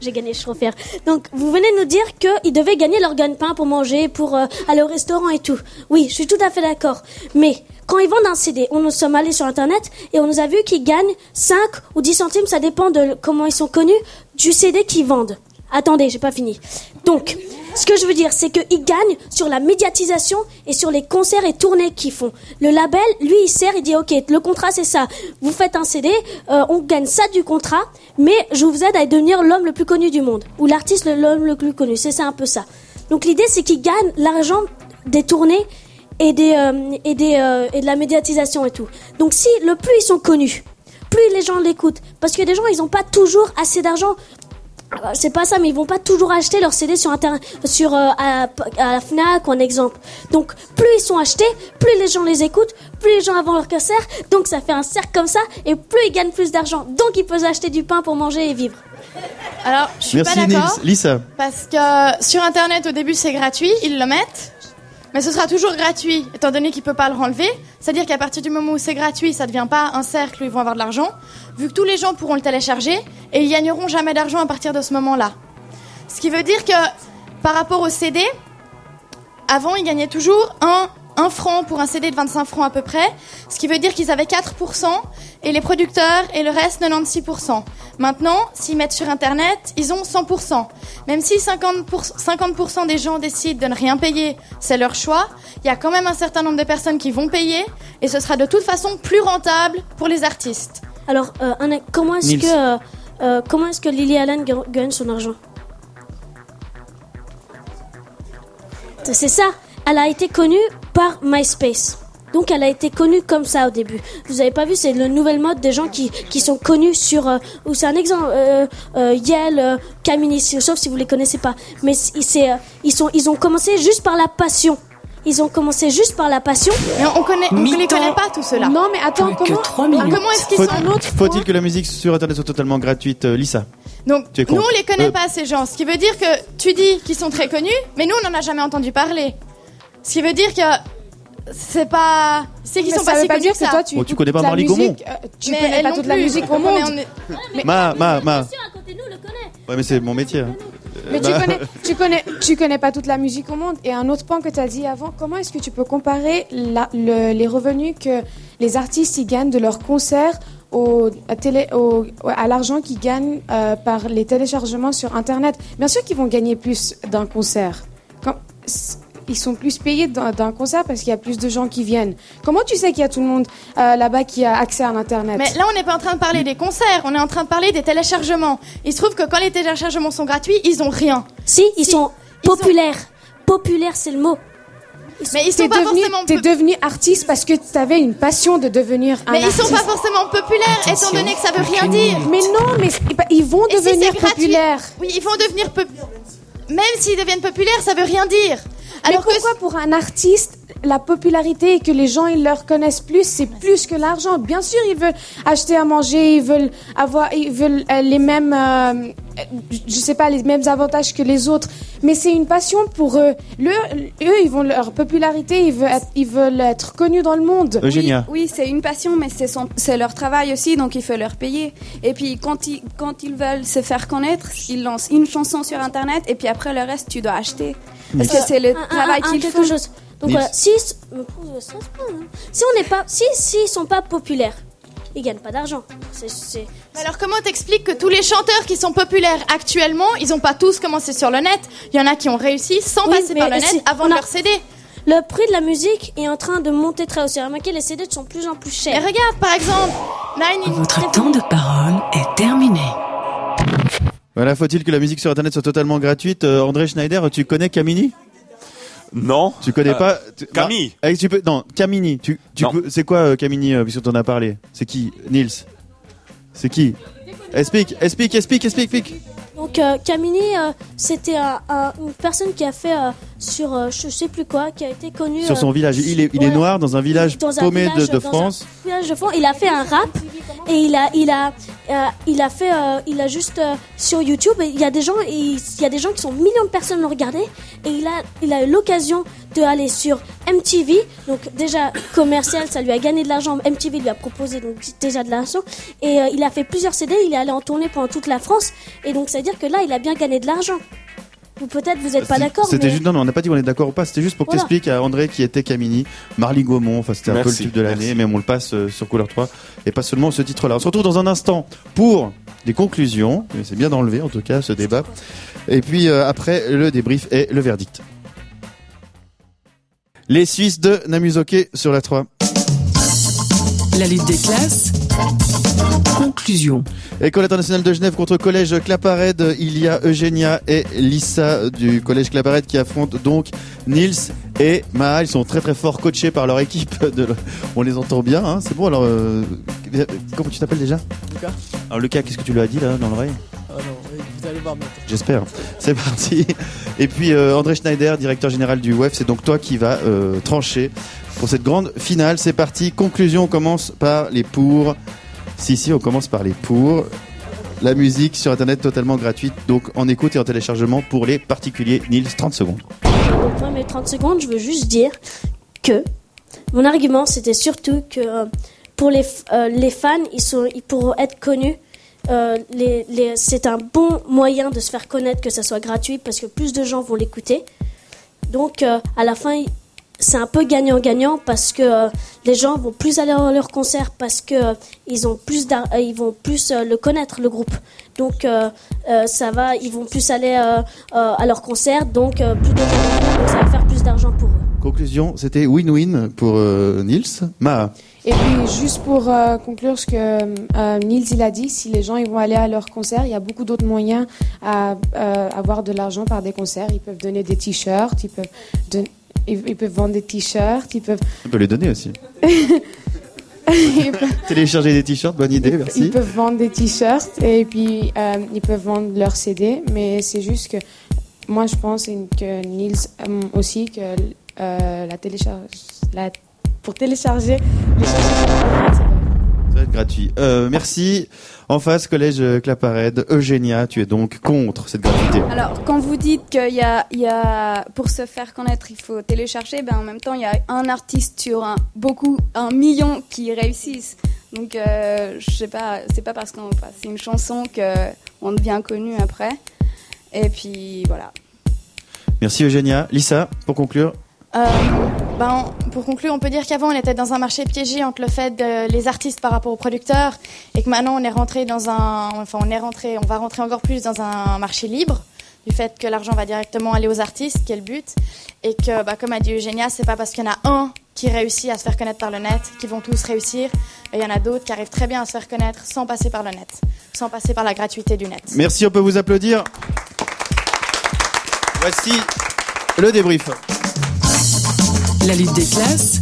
[SPEAKER 4] j'ai gagné, je refaire. Donc, vous venez nous dire qu'ils devaient gagner leur gagne-pain pour manger, pour euh, aller au restaurant et tout. Oui, je suis tout à fait d'accord. Mais quand ils vendent un CD, on nous sommes allés sur Internet et on nous a vu qu'ils gagnent 5 ou 10 centimes, ça dépend de l- comment ils sont connus, du CD qu'ils vendent. Attendez, j'ai pas fini. Donc, ce que je veux dire, c'est qu'ils gagnent sur la médiatisation et sur les concerts et tournées qu'ils font. Le label, lui, il sert, il dit, ok, le contrat, c'est ça. Vous faites un CD, euh, on gagne ça du contrat, mais je vous aide à devenir l'homme le plus connu du monde. Ou l'artiste, le- l'homme le plus connu. C'est ça, un peu ça. Donc l'idée, c'est qu'ils gagnent l'argent des tournées et, des, euh, et, des, euh, et de la médiatisation et tout. Donc si, le plus ils sont connus, plus les gens l'écoutent. Parce que des gens, ils n'ont pas toujours assez d'argent euh, c'est pas ça, mais ils vont pas toujours acheter leurs CD sur internet, sur euh, à, à la Fnac ou un exemple. Donc plus ils sont achetés, plus les gens les écoutent, plus les gens avant leur concert, donc ça fait un cercle comme ça, et plus ils gagnent plus d'argent, donc ils peuvent acheter du pain pour manger et vivre.
[SPEAKER 5] Alors, je suis
[SPEAKER 3] Merci
[SPEAKER 5] pas
[SPEAKER 3] Nils.
[SPEAKER 5] d'accord.
[SPEAKER 3] Lisa.
[SPEAKER 5] Parce que sur Internet, au début, c'est gratuit, ils le mettent. Mais ce sera toujours gratuit, étant donné qu'il ne peut pas le renlever. C'est-à-dire qu'à partir du moment où c'est gratuit, ça ne devient pas un cercle où ils vont avoir de l'argent, vu que tous les gens pourront le télécharger et ils gagneront jamais d'argent à partir de ce moment-là. Ce qui veut dire que par rapport au CD, avant, ils gagnaient toujours 1, franc pour un CD de 25 francs à peu près, ce qui veut dire qu'ils avaient 4% et les producteurs et le reste 96%. Maintenant, s'ils mettent sur Internet, ils ont 100%. Même si 50%, 50% des gens décident de ne rien payer, c'est leur choix, il y a quand même un certain nombre de personnes qui vont payer et ce sera de toute façon plus rentable pour les artistes.
[SPEAKER 4] Alors, euh, un- comment est-ce
[SPEAKER 5] Nils.
[SPEAKER 4] que euh, euh, comment est-ce que Lily Allen ga- gagne son argent C'est ça. Elle a été connue par MySpace. Donc elle a été connue comme ça au début. Vous avez pas vu, c'est le nouvel mode des gens qui, qui sont connus sur... euh, ou c'est un exemple, euh, euh, Yael, euh, Kamini, sauf si vous les connaissez pas. Mais c'est- c'est, euh, ils, sont, ils ont commencé juste par la passion. Ils ont commencé juste par la passion.
[SPEAKER 5] Mais on connaît, on les connaît pas tous ceux-là.
[SPEAKER 15] Non, mais attends, comment,
[SPEAKER 5] comment est-ce qu'ils
[SPEAKER 3] Faut-
[SPEAKER 5] sont un autre
[SPEAKER 3] Faut-il que la musique sur Internet soit totalement gratuite, euh, Lisa
[SPEAKER 5] Donc,
[SPEAKER 3] Tu es con.
[SPEAKER 5] nous, on les connaît
[SPEAKER 3] Euh,
[SPEAKER 5] pas, ces gens. Ce qui veut dire que tu dis qu'ils sont très connus, mais nous, on n'en a jamais entendu parler. Ce qui veut dire que c'est pas. C'est qu'ils
[SPEAKER 15] Mais
[SPEAKER 5] sont
[SPEAKER 15] ça
[SPEAKER 5] pas
[SPEAKER 15] veut
[SPEAKER 5] si
[SPEAKER 15] pas
[SPEAKER 5] connus
[SPEAKER 15] dire
[SPEAKER 5] que
[SPEAKER 15] que
[SPEAKER 5] ça.
[SPEAKER 15] toi, tu
[SPEAKER 3] Bon, Oh, tu écoutes connais pas la Marley musique, Gaumont. euh,
[SPEAKER 15] tu connais
[SPEAKER 5] elle
[SPEAKER 15] pas
[SPEAKER 5] non
[SPEAKER 15] toute la
[SPEAKER 5] plus.
[SPEAKER 15] musique au
[SPEAKER 5] Mais
[SPEAKER 15] monde.
[SPEAKER 5] on est-
[SPEAKER 3] Ma, ma, ma. Ouais, mais c'est mon métier. hein.
[SPEAKER 15] Mais tu
[SPEAKER 3] Bah,
[SPEAKER 15] connais, tu, connais, tu connais pas toute la musique au monde. Et un autre point que tu as dit avant, comment est-ce que tu peux comparer la- le- les revenus que les artistes y gagnent de leurs concerts au, à, télé- au- à l'argent qu'ils gagnent euh, par les téléchargements sur Internet Bien sûr qu'ils vont gagner plus d'un concert. Quand- s- ils sont plus payés d'un d'un concert parce qu'il y a plus de gens qui viennent. Comment tu sais qu'il y a tout le monde euh, là-bas qui a accès à l'Internet
[SPEAKER 5] Mais là, on n'est pas en train de parler des concerts, on est en train de parler des téléchargements. Il se trouve que quand les téléchargements sont gratuits, ils ont rien.
[SPEAKER 4] Si, ils sont populaires. Populaires, c'est le mot.
[SPEAKER 5] Mais ils
[SPEAKER 15] T'es
[SPEAKER 5] sont pas
[SPEAKER 15] devenu,
[SPEAKER 5] forcément.
[SPEAKER 15] t'es devenu artiste parce que t'avais une passion de devenir un
[SPEAKER 5] Mais ils
[SPEAKER 15] artiste.
[SPEAKER 5] sont pas forcément populaires, étant donné que ça veut rien dire.
[SPEAKER 15] Mais non, mais c'est- bah, ils vont
[SPEAKER 5] Et si c'est
[SPEAKER 15] devenir
[SPEAKER 5] gratuit-
[SPEAKER 15] populaires.
[SPEAKER 5] Oui, ils vont devenir populaires. Même s'ils deviennent populaires, ça veut rien dire. Alors
[SPEAKER 15] mais pourquoi pour un artiste, la popularité et que les gens ils leur connaissent plus, c'est plus que l'argent. Bien sûr, ils veulent acheter à manger, ils veulent avoir, ils veulent euh, les mêmes, euh, euh, je sais pas, les mêmes avantages que les autres. Mais c'est une passion pour eux. Le- eux, ils vont leur popularité, ils veulent être, ils veulent être connus dans le monde.
[SPEAKER 3] Eugénia.
[SPEAKER 16] Oui, c'est une passion, mais c'est son- c'est leur travail aussi, donc il faut leur payer. Et puis quand ils, quand ils veulent se faire connaître, ils lancent une chanson sur Internet, et puis après le reste, tu dois acheter. Parce que c'est le
[SPEAKER 4] Un- un-
[SPEAKER 16] travail
[SPEAKER 4] un- un
[SPEAKER 16] qu'ils
[SPEAKER 4] quelque
[SPEAKER 16] font.
[SPEAKER 4] chose. Donc
[SPEAKER 16] Nils.
[SPEAKER 4] voilà, si, mais pour- euh, ça se peut, hein. si on n'est pas, si s'ils sont pas populaires, ils gagnent pas d'argent. C'est- c'est-
[SPEAKER 5] Mais Alors comment t'expliques que tous les chanteurs qui sont populaires actuellement, ils ont pas tous commencé sur le net Il y en a qui ont réussi sans
[SPEAKER 4] Oui,
[SPEAKER 5] passer par le
[SPEAKER 4] mais
[SPEAKER 5] net
[SPEAKER 4] c'est-
[SPEAKER 5] avant
[SPEAKER 4] on a-
[SPEAKER 5] leur CD.
[SPEAKER 4] Le prix de la musique est en train de monter très haut. C'est remarqué, les CD sont de plus en plus chers.
[SPEAKER 5] Et regarde par exemple, Nine Inch
[SPEAKER 2] Votre temps de parole est terminé.
[SPEAKER 3] Voilà, faut-il que la musique sur Internet soit totalement gratuite Euh, André Schneider, tu connais Camini
[SPEAKER 6] Non.
[SPEAKER 3] Tu connais
[SPEAKER 6] Euh,
[SPEAKER 3] pas tu-
[SPEAKER 6] Camille.
[SPEAKER 3] Bah, eh, tu peux, non, Camini. Tu, tu peux- c'est quoi euh, Camini, euh, puisque t'en as parlé C'est qui Nils C'est qui Explique, explique, explique, explique, explique.
[SPEAKER 4] Donc euh, Camini, euh, c'était un- un- une personne qui a fait euh, sur euh, je sais plus quoi, qui a été connue
[SPEAKER 3] Sur son
[SPEAKER 4] euh,
[SPEAKER 3] village, il est, il est
[SPEAKER 4] Ouais.
[SPEAKER 3] noir dans un village
[SPEAKER 4] dans un
[SPEAKER 3] paumé de-
[SPEAKER 4] village-
[SPEAKER 3] de,
[SPEAKER 4] dans un
[SPEAKER 3] France.
[SPEAKER 4] village de France, il a fait un rap et il a, il a, euh, il a fait, euh, il a juste euh, sur YouTube, et il y a des gens, et il il y a des gens qui sont millions de personnes le regarder, et il a, il a eu l'occasion de aller sur MTV, donc déjà commercial, ça lui a gagné de l'argent, MTV lui a proposé donc déjà de l'argent, et euh, il a fait plusieurs CD, il est allé en tournée pendant toute la France, et donc c'est à dire que là, il a bien gagné de l'argent. Ou peut-être vous n'êtes pas d'accord.
[SPEAKER 3] Bah, C'était
[SPEAKER 4] mais-
[SPEAKER 3] juste, non, mais on n'a pas dit qu'on est d'accord ou pas. C'était juste pour que
[SPEAKER 4] Voilà.
[SPEAKER 3] t'expliques à André qui était Camini, Marly Gaumont. Enfin, c'était un peu le
[SPEAKER 6] Merci,
[SPEAKER 3] tube de l'année,
[SPEAKER 6] merci.
[SPEAKER 3] mais on le passe euh, sur couleur 3 et pas seulement ce titre-là. On se retrouve dans un instant pour des conclusions. Mais C'est bien d'enlever, en tout cas, ce débat. Et puis euh, après, le débrief et le verdict. Les Suisses de Namusoke sur la 3.
[SPEAKER 2] La lutte des classes.
[SPEAKER 3] Conclusion. École internationale de Genève contre collège Claparède. Il y a Eugénia et Lissa du collège Claparède qui affrontent donc Nils et Maha. Ils sont très très forts coachés par leur équipe. De... On les entend bien. hein. C'est bon. Alors, euh, comment tu t'appelles déjà
[SPEAKER 14] Lucas.
[SPEAKER 3] Alors Lucas, qu'est-ce que tu lui as dit là dans l'oreille
[SPEAKER 14] Oh non, vous allez voir maintenant.
[SPEAKER 3] J'espère. C'est parti. Et puis euh, André Schneider, directeur général du WEF, c'est donc toi qui vas euh, trancher pour cette grande finale. C'est parti. Conclusion, on commence par les pour. Si, si, on commence par les pour. La musique sur Internet totalement gratuite, donc en écoute et en téléchargement pour les particuliers. Nils, 30 secondes.
[SPEAKER 4] Pour mes 30 secondes, je veux juste dire que mon argument, c'était surtout que euh, pour les, f- euh, les fans, ils, sont, ils pourront être connus. Euh, les- les- c'est un bon moyen de se faire connaître que ça soit gratuit parce que plus de gens vont l'écouter. Donc, euh, à la fin, il- c'est un peu gagnant-gagnant parce que euh, les gens vont plus aller à leur concert parce que euh, ils ont plus d'ar- euh, ils vont plus euh, le connaître le groupe. Donc euh, euh, ça va, ils vont plus aller euh, euh, à leur concert, donc euh, plus de gens, donc ça va faire plus d'argent pour eux.
[SPEAKER 3] Conclusion, c'était win-win pour euh, Nils. Ma,
[SPEAKER 15] Et puis, juste pour euh, conclure ce que euh, Nils il a dit, si les gens ils vont aller à leur concert, il y a beaucoup d'autres moyens à euh, avoir de l'argent par des concerts. Ils peuvent donner des t-shirts, ils peuvent, don- ils, ils peuvent vendre des t-shirts, ils peuvent,
[SPEAKER 3] on peut les donner aussi.
[SPEAKER 15] ils peuvent-
[SPEAKER 3] Télécharger des t-shirts, bonne idée,
[SPEAKER 15] ils
[SPEAKER 3] merci.
[SPEAKER 15] peuvent vendre des t-shirts et puis euh, ils peuvent vendre leurs CD. Mais c'est juste que moi je pense et que Nils euh, aussi que euh, la télécharge, la- pour télécharger les chansons sur Internet, c'est
[SPEAKER 3] Ça va être gratuit. Euh, merci. En face, collège euh, Claparède, Eugénia, tu es donc contre cette gratuité.
[SPEAKER 16] Alors, quand vous dites qu'il y a, il y a- pour se faire connaître, il faut télécharger, ben, en même temps, il y a un artiste sur un, beaucoup, un million qui réussissent. Donc, euh, je sais pas, c'est pas parce qu'on passe une chanson qu'on devient connu après. Et puis, voilà.
[SPEAKER 3] Merci Eugénia. Lisa, pour conclure.
[SPEAKER 5] Euh, ben, pour conclure, on peut dire qu'avant, on était dans un marché piégé entre le fait de les artistes par rapport aux producteurs et que maintenant, on est rentré dans un, enfin, on est rentré, on va rentrer encore plus dans un marché libre du fait que l'argent va directement aller aux artistes, qui est le but, et que, bah, comme a dit Eugénia, c'est pas parce qu'il y en a un qui réussit à se faire connaître par le net qu'ils vont tous réussir, et il y en a d'autres qui arrivent très bien à se faire connaître sans passer par le net, sans passer par la gratuité du net.
[SPEAKER 3] Merci, on peut vous applaudir. Voici le débrief.
[SPEAKER 2] La lutte des classes.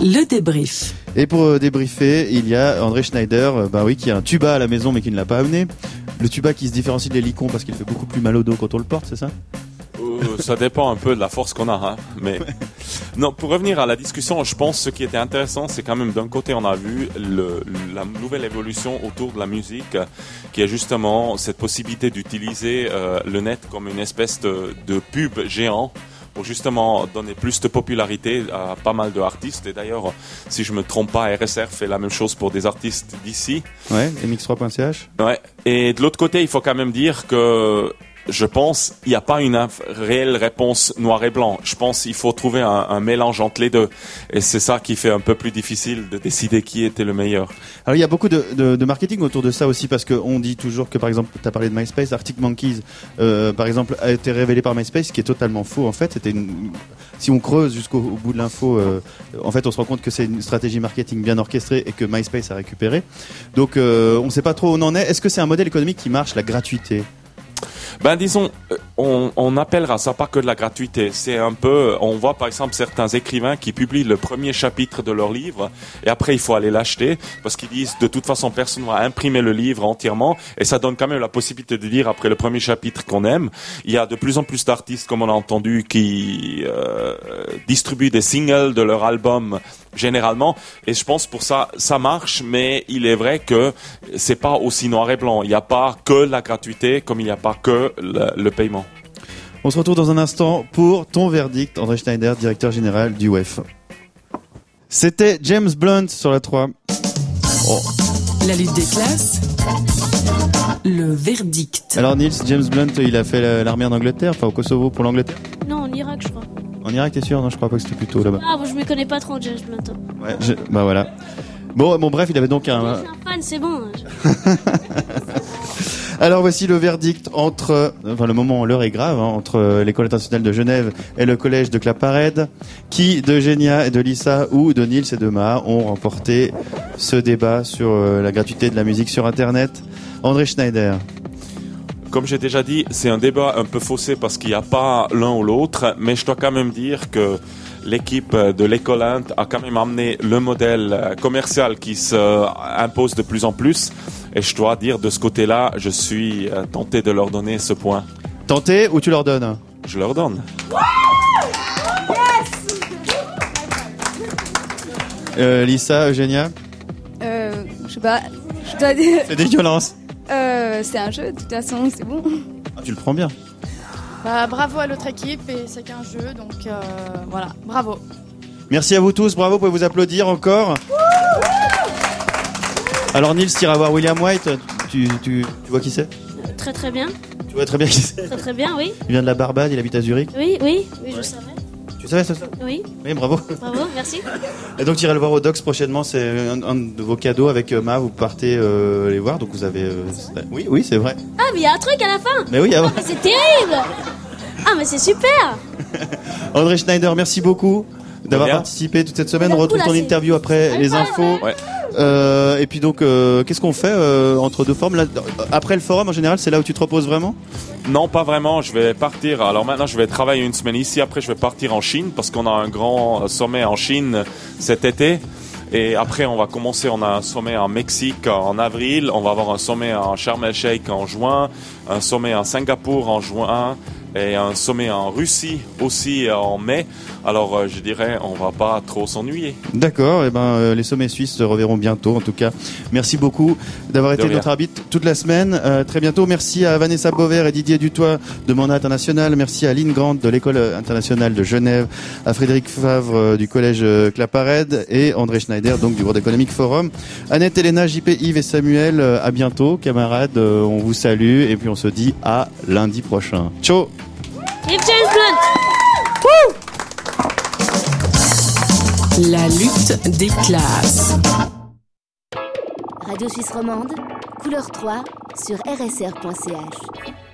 [SPEAKER 2] Le débrief.
[SPEAKER 3] Et pour euh, débriefer, il y a André Schneider, euh, bah oui, qui a un tuba à la maison mais qui ne l'a pas amené. Le tuba qui se différencie des licons parce qu'il fait beaucoup plus mal au dos quand on le porte, c'est ça
[SPEAKER 6] Euh, ça dépend un peu de la force qu'on a, hein, mais non. Pour revenir à la discussion, je pense que ce qui était intéressant, c'est quand même d'un côté on a vu le, la nouvelle évolution autour de la musique, euh, qui est justement cette possibilité d'utiliser euh, le net comme une espèce de, de pub géant pour justement donner plus de popularité à pas mal de artistes. Et d'ailleurs, si je me trompe pas, RSR fait la même chose pour des artistes d'ici.
[SPEAKER 3] Ouais, mx3.ch.
[SPEAKER 6] Ouais. Et de l'autre côté, il faut quand même dire que je pense il n'y a pas une inf- réelle réponse noir et blanc. Je pense qu'il faut trouver un, un mélange entre les deux. Et c'est ça qui fait un peu plus difficile de décider qui était le meilleur.
[SPEAKER 3] Alors il y a beaucoup de, de- de marketing autour de ça aussi parce qu'on dit toujours que par exemple, tu as parlé de MySpace, Arctic Monkeys euh, par exemple a été révélé par MySpace, ce qui est totalement faux en fait. C'était une- Si on creuse jusqu'au au bout de l'info, euh, en fait on se rend compte que c'est une stratégie marketing bien orchestrée et que MySpace a récupéré. Donc euh, on ne sait pas trop où on en est. Est-ce que c'est un modèle économique qui marche, la gratuité
[SPEAKER 6] Ben disons, euh, on, on appellera ça pas que de la gratuité. C'est un peu, on voit par exemple certains écrivains qui publient le premier chapitre de leur livre et après il faut aller l'acheter parce qu'ils disent de toute façon personne va imprimer le livre entièrement et ça donne quand même la possibilité de lire après le premier chapitre qu'on aime. Il y a de plus en plus d'artistes comme on a entendu qui euh, distribuent des singles de leur album généralement. Et je pense pour ça, ça marche, mais il est vrai que c'est pas aussi noir et blanc. Il n'y a pas que la gratuité, comme il n'y a pas que le, le paiement.
[SPEAKER 3] On se retrouve dans un instant pour ton verdict, André Schneider, directeur général du WEF. C'était James Blunt sur la 3. Oh.
[SPEAKER 2] La lutte des classes. Le verdict.
[SPEAKER 3] Alors Nils, James Blunt, il a fait la- l'armée en Angleterre, enfin au Kosovo pour l'Angleterre.
[SPEAKER 4] Non, en Irak, je crois.
[SPEAKER 3] En Irak, t'es sûr Non, je crois pas que c'était plutôt là-bas.
[SPEAKER 4] Ah, bon, je me connais pas trop en James Blunt.
[SPEAKER 3] Ouais, je- bah voilà. Bon, bon, bref, il avait donc un.
[SPEAKER 4] Un fan, c'est bon.
[SPEAKER 3] Alors voici le verdict entre, euh, enfin le moment, l'heure est grave, hein, entre euh, l'école internationale de Genève et le collège de Claparède. Qui de Genia et de Lisa ou de Nils et de Ma ont remporté ce débat sur euh, la gratuité de la musique sur Internet André Schneider.
[SPEAKER 6] Comme j'ai déjà dit, c'est un débat un peu faussé parce qu'il n'y a pas l'un ou l'autre, mais je dois quand même dire que l'équipe de l'école Inde a quand même amené le modèle euh, commercial qui se euh, impose de plus en plus. Et je dois dire, de ce côté-là, je suis euh, tenté de leur donner ce point.
[SPEAKER 3] Tenté ou tu leur donnes
[SPEAKER 6] Je leur donne.
[SPEAKER 3] Euh, Lisa, Eugenia,
[SPEAKER 16] Euh, je sais pas. Je dois dire.
[SPEAKER 3] c'est dégueulasse.
[SPEAKER 16] Euh, c'est un jeu, de toute façon, c'est bon.
[SPEAKER 3] Ah, tu le prends bien.
[SPEAKER 5] Bah, bravo à l'autre équipe et c'est qu'un jeu, donc euh, voilà, bravo.
[SPEAKER 3] Merci à vous tous, bravo, vous pouvez vous applaudir encore. Alors Nils, tira voir William White, tu, tu- tu vois qui c'est
[SPEAKER 4] Très très bien.
[SPEAKER 3] Tu vois très bien qui c'est
[SPEAKER 4] Très très bien, oui.
[SPEAKER 3] Il vient de la Barbade, il habite à Zurich.
[SPEAKER 4] Oui, oui, oui, je le savais.
[SPEAKER 3] Tu savais ça ça
[SPEAKER 4] Oui,
[SPEAKER 3] Oui, bravo.
[SPEAKER 4] bravo, merci.
[SPEAKER 3] Et donc tu iras le voir au Docs prochainement, c'est un, un de vos cadeaux avec euh, Ma, vous partez euh, les voir, donc vous avez... euh, oui, oui, c'est vrai.
[SPEAKER 4] Ah, mais il y a un truc à la fin
[SPEAKER 3] Mais oui, avant.
[SPEAKER 4] Mais c'est terrible Ah, mais c'est super
[SPEAKER 3] André Schneider, merci beaucoup d'avoir
[SPEAKER 6] De rien.
[SPEAKER 3] participé toute cette semaine.
[SPEAKER 4] Mais
[SPEAKER 3] On
[SPEAKER 4] d'un coup,
[SPEAKER 3] retrouve
[SPEAKER 4] là,
[SPEAKER 3] ton
[SPEAKER 4] c'est-
[SPEAKER 3] interview après les infos. Euh, et puis donc, euh, qu'est-ce qu'on fait euh, entre deux formes Là, Après le forum, en général, c'est là où tu te reposes vraiment
[SPEAKER 6] Non, pas vraiment. Je vais partir. Alors maintenant, je vais travailler une semaine ici. Après, je vais partir en Chine parce qu'on a un grand sommet en Chine cet été. Et après, on va commencer. On a un sommet en Mexique en avril. On va avoir un sommet en Sharm el Sheikh en juin. Un sommet en Singapour en juin. Et un sommet en Russie aussi en mai. Alors, euh, je dirais, on va pas trop s'ennuyer.
[SPEAKER 3] D'accord, et ben euh, les sommets suisses se reverront bientôt en tout cas. Merci beaucoup d'avoir
[SPEAKER 6] De
[SPEAKER 3] été
[SPEAKER 6] rien.
[SPEAKER 3] notre arbitre toute la semaine. Euh, très bientôt, merci à Vanessa Beauvert et Didier Dutoit de Mandat International, merci à Lynn Grant de l'école internationale de Genève, à Frédéric Favre euh, du collège euh, Claparède et André Schneider donc du World Economic Forum. Annette, Elena, JP, Yves et Samuel, euh, à bientôt camarades, Euh, on vous salue et puis on se dit à lundi prochain. Ciao.
[SPEAKER 4] Vive James Blunt
[SPEAKER 2] La lutte des classes.
[SPEAKER 17] Radio Suisse Romande, couleur 3 sur rsr.ch.